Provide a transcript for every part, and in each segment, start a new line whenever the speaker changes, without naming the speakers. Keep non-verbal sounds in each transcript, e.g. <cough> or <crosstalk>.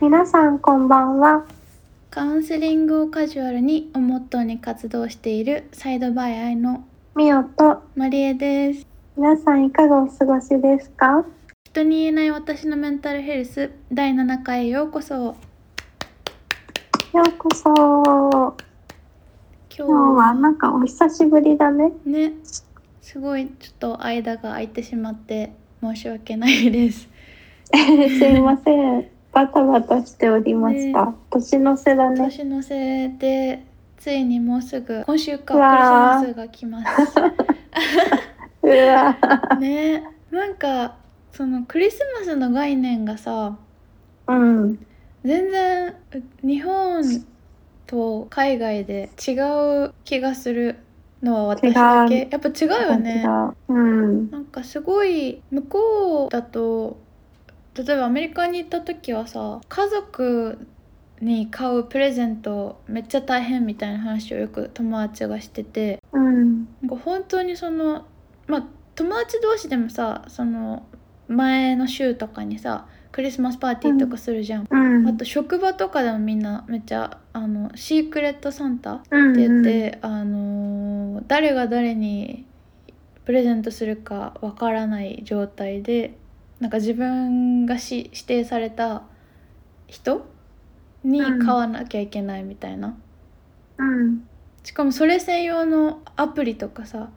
皆さんこんばんは。
カウンセリングをカジュアルにをモットーに活動しているサイドバイアイの
みおと、
マリエです。
皆さんいかがお過ごしですか
人に言えない私のメンタルヘルス第7回へようこそ。
ようこそ。
今日
今日はなんかお久しぶりだ
<laughs>
ね。
ね、すごいちょっと間が空いてしまって申し訳ないです。
すいません。バタバタしておりました。年の瀬だね。
年の瀬でついにもうすぐ今週か
う
クリス
わー
マスが来ます。
うわ。
ね、なんかそのクリスマスの概念がさ、
うん。
全然う日本と海外で違う気がするのは私だ
違
けやっぱ違うよね
感じだうん。
なんかすごい向こうだと例えばアメリカに行った時はさ家族に買うプレゼントめっちゃ大変みたいな話をよく友達がしてて
うん。
なんか本当にそのまあ友達同士でもさその前の週とかにさクリスマスパーティーとかするじゃん、
うん。
あと職場とかでもみんなめっちゃあのシークレットサンタって
うん、
言って、あのー誰が誰にプレゼントするかわからない状態でなんか自分がし指定された人に買わなきゃいけないみたいな、
うん。
しかもそれ専用のアプリとかさなん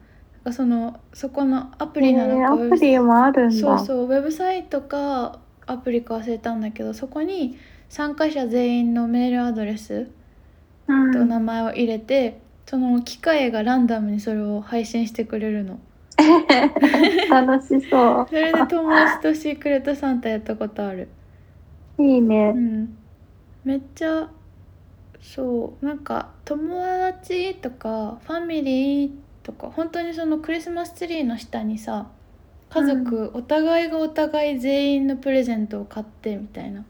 かそのそこのアプリなの
え
か、
ーアプリもあるんだ。
そうそうウェブサイトかアプリか忘れたんだけどそこに参加者全員のメールアドレス
うん
<laughs> と名前を入れて、その機械がランダムにそれを配信してくれるの
楽しそ
それで友達とシークレットサンタやったことある
う。いいうね。
んめっちゃそうなんか友達とかファミリーとか本当にそのクリスマスツリーの下にさ家族、お互いがお互い全員のプレゼントを買ってみたいな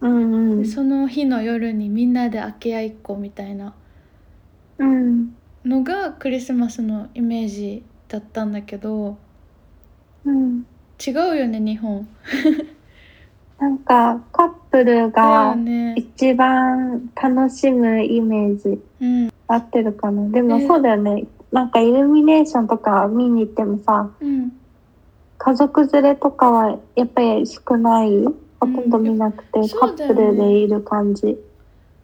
うんうん。
その日の夜にみんなで開け合いっこみたいな
うん。
のがクリスマスのイメージだったんだけど
うん。
違うよね日本。
なんかカップル
だよ
が
ね。
一番楽しむイメージ
うん
合ってるかなで
う
も
ん
そうだよね、なんかイルミネーションとか見に行ってもさ
うん
家族連れとかはやっぱり少ないほとんど見なくて、
うん
カ
そうだ
ッ
よね
プルでいる感じ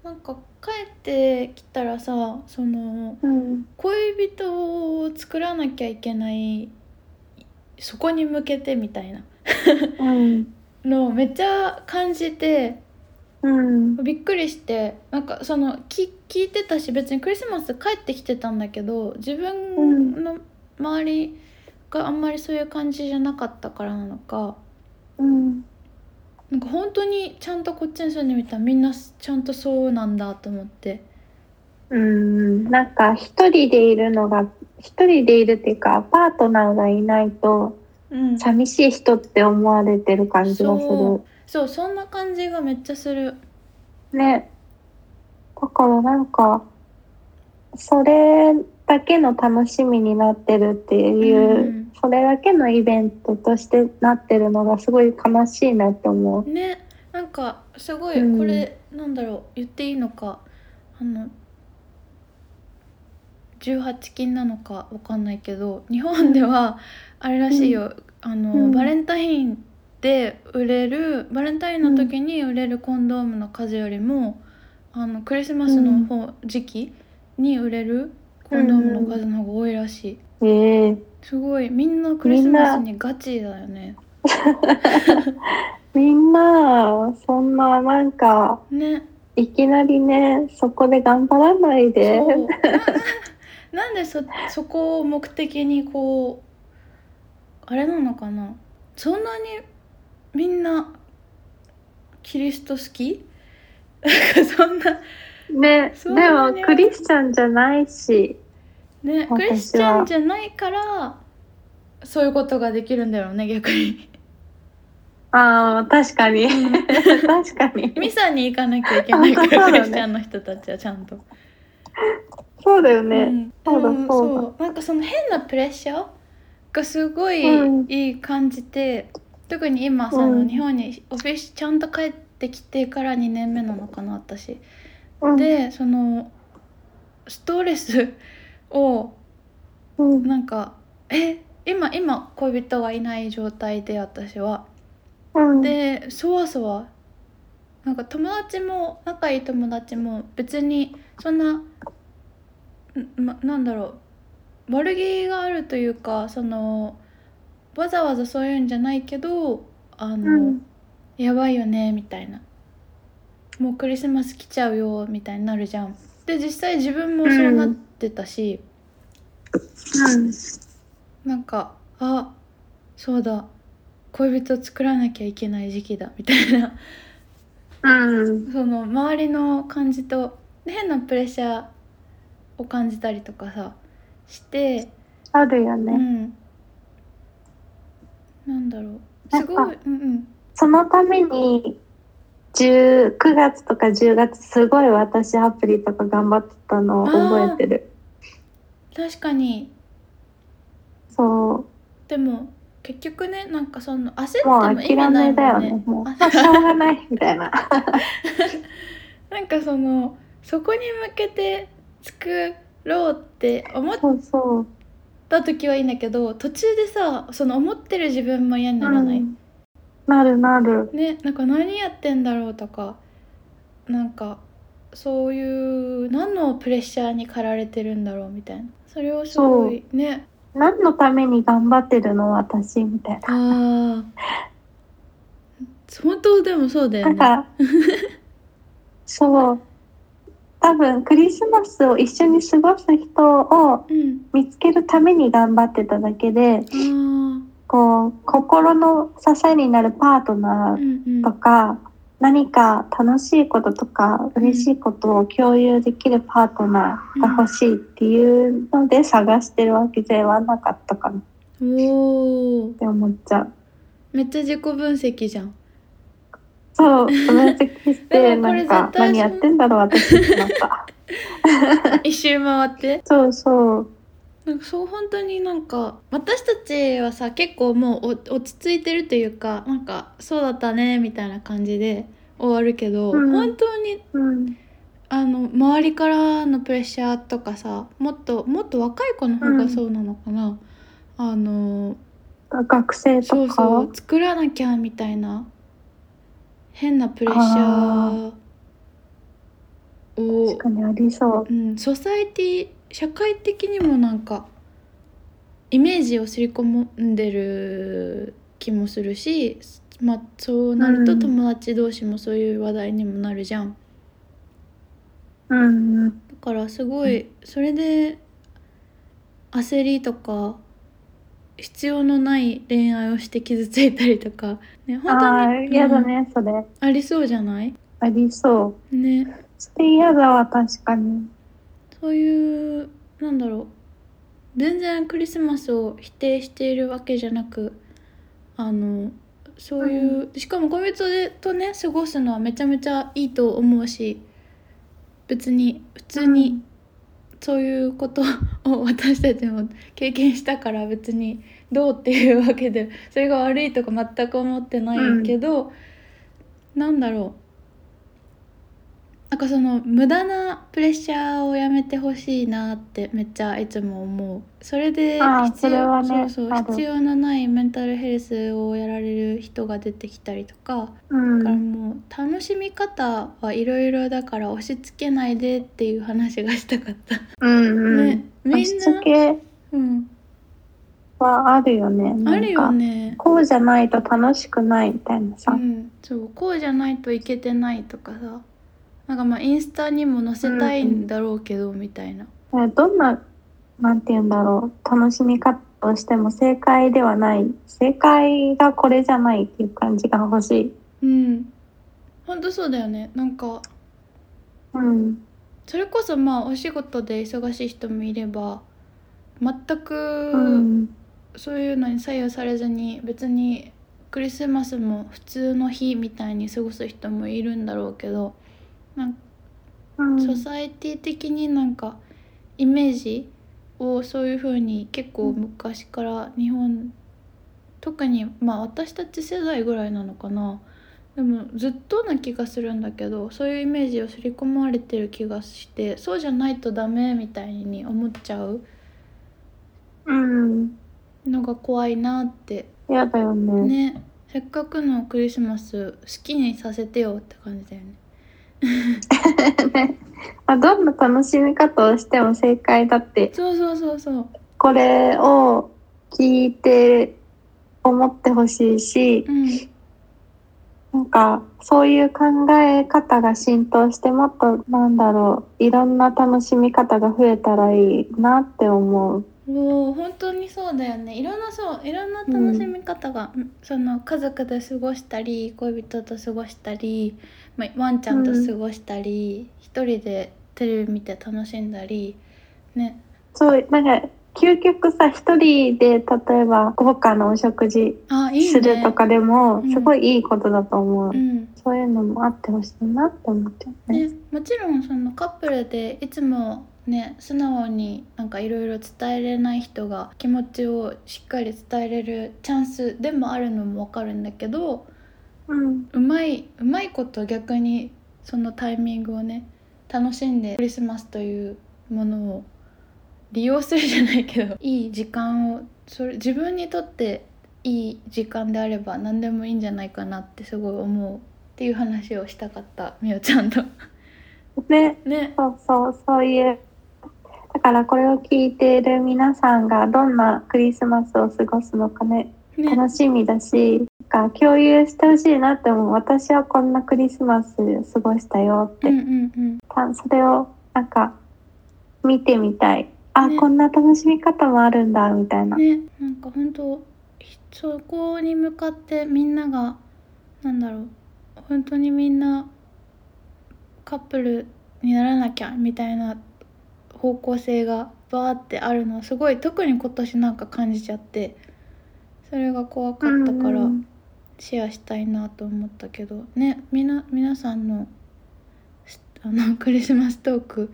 なんか帰ってきたらさその
うん
恋人を作らなきゃいけないそこに向けてみたいな
うん
のをめっちゃ感じて
うん
びっくりしてなんかそのき聞いてたし別にクリスマス帰ってきてたんだけど自分の周りがあんまりそういう感じじゃなかったからなのか
うん
なんか本当にちゃんとこっちに住んでみたらみんなちゃんとそうなんだと思って
うんなんか一人でいるのが一人でいるっていうかパートナーがいないと
うん
寂しい人って思われてる感じがする
そうそうそんな感じがめっちゃする
ね。だからなんか、それだけの楽しみになってるっていう、
うん
それだけのイベントとしてなってるのがすごい悲しいなって思う。
ねなんかすごい
うん
これ、なんだろう言っていいのかあの18禁なのかわかんないけど日本ではあれらしいよ、あの
うん
バレンタインで売れるバレンタインの時に売れるコンドームの数よりも、あのクリスマスの方、時期に売れるコンドームの数の方が多いらしい。
ええ
すごいみんなクリスマスにガチだよね。
みんな、そんななんか、
ね。
いきなりね、そこで頑張らないで。
そうななんでそそこを目的にこうあれなのかなそんなにみんなキリスト好きなんかそんな
ね、
そ
で
うな
も
のよ
クリスチャンじゃないし、
ね
私は
クリスチャンじゃないからそういうことができるんだろうね逆に
ああ、確かに。 <laughs> 確かに。
ミサに行かなきゃいけないか
あ <laughs> そうだね
ら、クリスチャンの人たちはちゃんと
そうだよ
う
ね。
ん、
そうだ
うん
そうだ
うなんかその変なプレッシャーがすごい
うん
いい感じて、特に今その、
うん
日本にオフィスちゃんと帰っってきてから2年目なのかな私。
うん、
でそのストレスを
うん、
なんかえ今今恋人がいない状態で私は。
うん、
でそわそわなんか友達も仲いい友達も別にそんな、んま、なんだろう悪気があるというかそのわざわざそういうんじゃないけどあ
う
の、
ん、
やばいよねみたいなもうクリスマス来ちゃうよみたいになるじゃん。で実際自分もそうなってたし、
うん、
なんかあそうだ恋人作らなきゃいけない時期だみたいな
うん、
その周りの感じとで変なプレッシャーを感じたりとかさして、
あるよ
う
ね。
ん、なんだろう
なん
す
か
ごい、うんうん、
そのために、10 9月とか10月、すごい私アプリとか頑張ってたのを覚えてる。
確かに
そう。
でも結局ねなんかその焦って
もう
も意味
諦
ないも
め
ん
だよね。
ね
もう、 <laughs> あしょうがない、みたいな。
なんかそのそこに向けて作ろうって思っ
そうそう。
た時はいいんだけど途中でさその思ってる自分も嫌にならない、
うんなるなる。
ねなんか何やってんだろうとかなんかそういう何のプレッシャーに駆られてるんだろうみたいなそれをすごいね
何のために頑張ってるの私みたいな。
ああ本当でもそうだよ
なん
ね
か、そう。多分クリスマスを一緒に過ごす人を
うん
見つけるために頑張ってただけで、
ああうん
こう、心の支えになるパートナ
うん
ーとか、何か楽しいこととか嬉しいことを共有できるパートナーが欲しいっていうので探してるわけではなかったかなっ
おー
て思っちゃう。
めっちゃ自己分析じゃん
そう、分析して、
でもこ
な
れ
んか
絶、対
何やってんだろう、私ってな
<laughs>
った。
一周回って
そうそう。
なんかそう本当になんか私たちはさ結構もうお落ち着いてるというかなんかそうだったねみたいな感じで終わるけど、
うん
本当に
うん。
あの周りからのプレッシャーとかさもっともっと若い子の方がそうなのかな、あの
学生
そ
と
う
か。
そう作らなきゃみたいな変なプレッシャーを
確かにありそう。
うん、ソサエティ社会的にもなんかイメージを刷り込んでる気もするし、まあ、そうなる
う
と
ん
友達同士もそういう話題にもなるじゃん。
うんうん。
だからすごいそれで焦りとか必要のない恋愛をして傷ついたりとか、ね、本
あ
当
あ
に
ー、嫌だね、それ。
うんありそうじゃない
ありそう。
ね
して嫌だわ、確かに。
そういうなんだろう全然クリスマスを否定しているわけじゃなくあのそういう、しかも恋人でとね過ごすのはめちゃめちゃいいと思うし別に普通にそういうことを私たちも経験したから別にどうっていうわけでそれが悪いとか全く思ってないけど、なんだろうなんかその無駄なプレッシャーをやめてほしいなってめっちゃいつも思うそれで
あー
必
それ
要
はね
そうそ
あ
う
る
必要のないメンタルヘルスをやられる人が出てきたりとか、
うん。う
だから
ん
もう楽しみ方はいろいろだから押し付けないでっていう話がしたかった、
うん。
ね
押
みん
し
な
付、け
うん、
はあるよね。なんか
あるよ。ね
こうじゃないと楽しくないみたいな
う
さ。
ん、そうこうじゃないといけてないとかさなんかまあインスタにも載せたいんだろうけどみたいな、
どんな、なんて言うんだろう、楽しみ方をしても正解ではない、正解がこれじゃないっていう感じが欲しい。
うんほんとそうだよねなんか
うん。
それこそまあお仕事で忙しい人もいれば全
う
く
ん。
そういうのに左右されずに別にクリスマスも普通の日みたいに過ごす人もいるんだろうけどなんか
うん。
ソサエティ的になんかイメージをそういう風に結構昔から日本特にまあ私たち世代ぐらいなのかなでもずっとな気がするんだけどそういうイメージを刷り込まれてる気がしてそうじゃないとダメみたいに思っちゃう
うん。
のが怖いなって
嫌だよね。
ねせっかくのクリスマス好きにさせてよって感じだよね
<laughs> まあ、どんな楽しみ方をしても正解だって、
そうそうそうそう
これを聞いて思ってほしいし
う、
な
ん
んかそういう考え方が浸透してもっとなんだろう、いろんな楽しみ方が増えたらいいなって思う。
もう本当にそうだよねいろんなそういろんな楽しみ方が、うんその家族で過ごしたり恋人と過ごしたり、まあ、ワンちゃんと過ごしたり、一人でテレビ見て楽しんだりね
そう、なんか究極さ、一人で例えば豪華なお食事
あいいね
するとかでも、
うん
すごいいいことだと思う。
うん
そういうのもあってほしいなって思っちゃうね。
ね、もちろんそのカップルでいつもね素直になんかいろいろ伝えれない人が気持ちをしっかり伝えれるチャンスでもあるのもわかるんだけど
うん。
うまいうまいこと逆にそのタイミングをね楽しんでクリスマスというものを利用するじゃない
<laughs>
けどいい時間をそれ自分にとっていい時間であれば何でもいいんじゃないかなってすごい思うっていう話をしたかったみおちゃんと。
<laughs> ね、
ね
そうそう、そういう。だからこれを聞いている皆さんがどんなクリスマスを過ごすのかね、
ね、
楽しみだし、なんか共有してほしいなって思う。私はこんなクリスマス過ごしたよって。
うんうんうん、
たそれをなんか見てみたい。あ、
ね
こんな楽しみ方もあるんだ、みたいな。
ねなんか本当そこに向かってみんながなんだろう本当にみんなカップルにならなきゃみたいな方向性がバーってあるのすごい特に今年なんか感じちゃってそれが怖かったから
うん
シェアしたいなと思ったけどねみな皆さんのすあの <laughs> クリスマストーク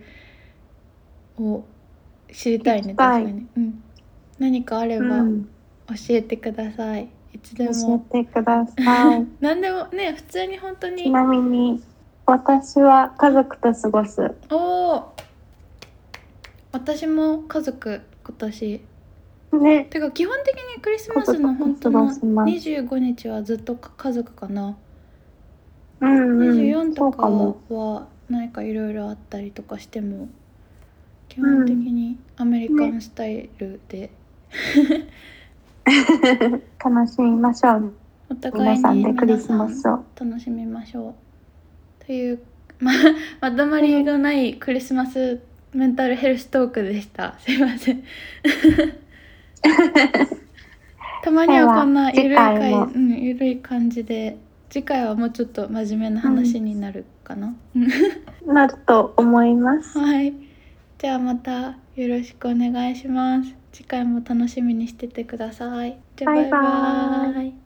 を知りたい
聞
ね
きたい
確かに、うん、何かあれ
う
ば
ん、
教えてください、いつで
教
も
えてくださ
<laughs>
い。
何でもね普通に本当
ち
に
なみに私は家族と過ごす。
おお私も家族今年
ね、
てか基本的にクリスマスの本当
家
の
族と過ごします
25日はずっと家族かな
うん、うん、
24
そ
と
う
か
かも。
は何かいろいろあったりとかしても基本的にアメリカンスタイルで
楽しみましょう。
お互
皆
い
さん
に
でク
皆
リス
さ
マ
ん
スを。
楽しみましょうという <laughs> ままとまりのないクリスマスメンタルヘルストークでしたすいませ
<laughs>
んたまにはこんなゆるい
では次
回
回も
うん、ゆるい感じで次回はもうちょっと真面目な話になるかな、うん
なると思います。
はい。じゃあまたよろしくお願いします。次回も楽しみにしててください。じゃあ
バイバーイ
バイバイ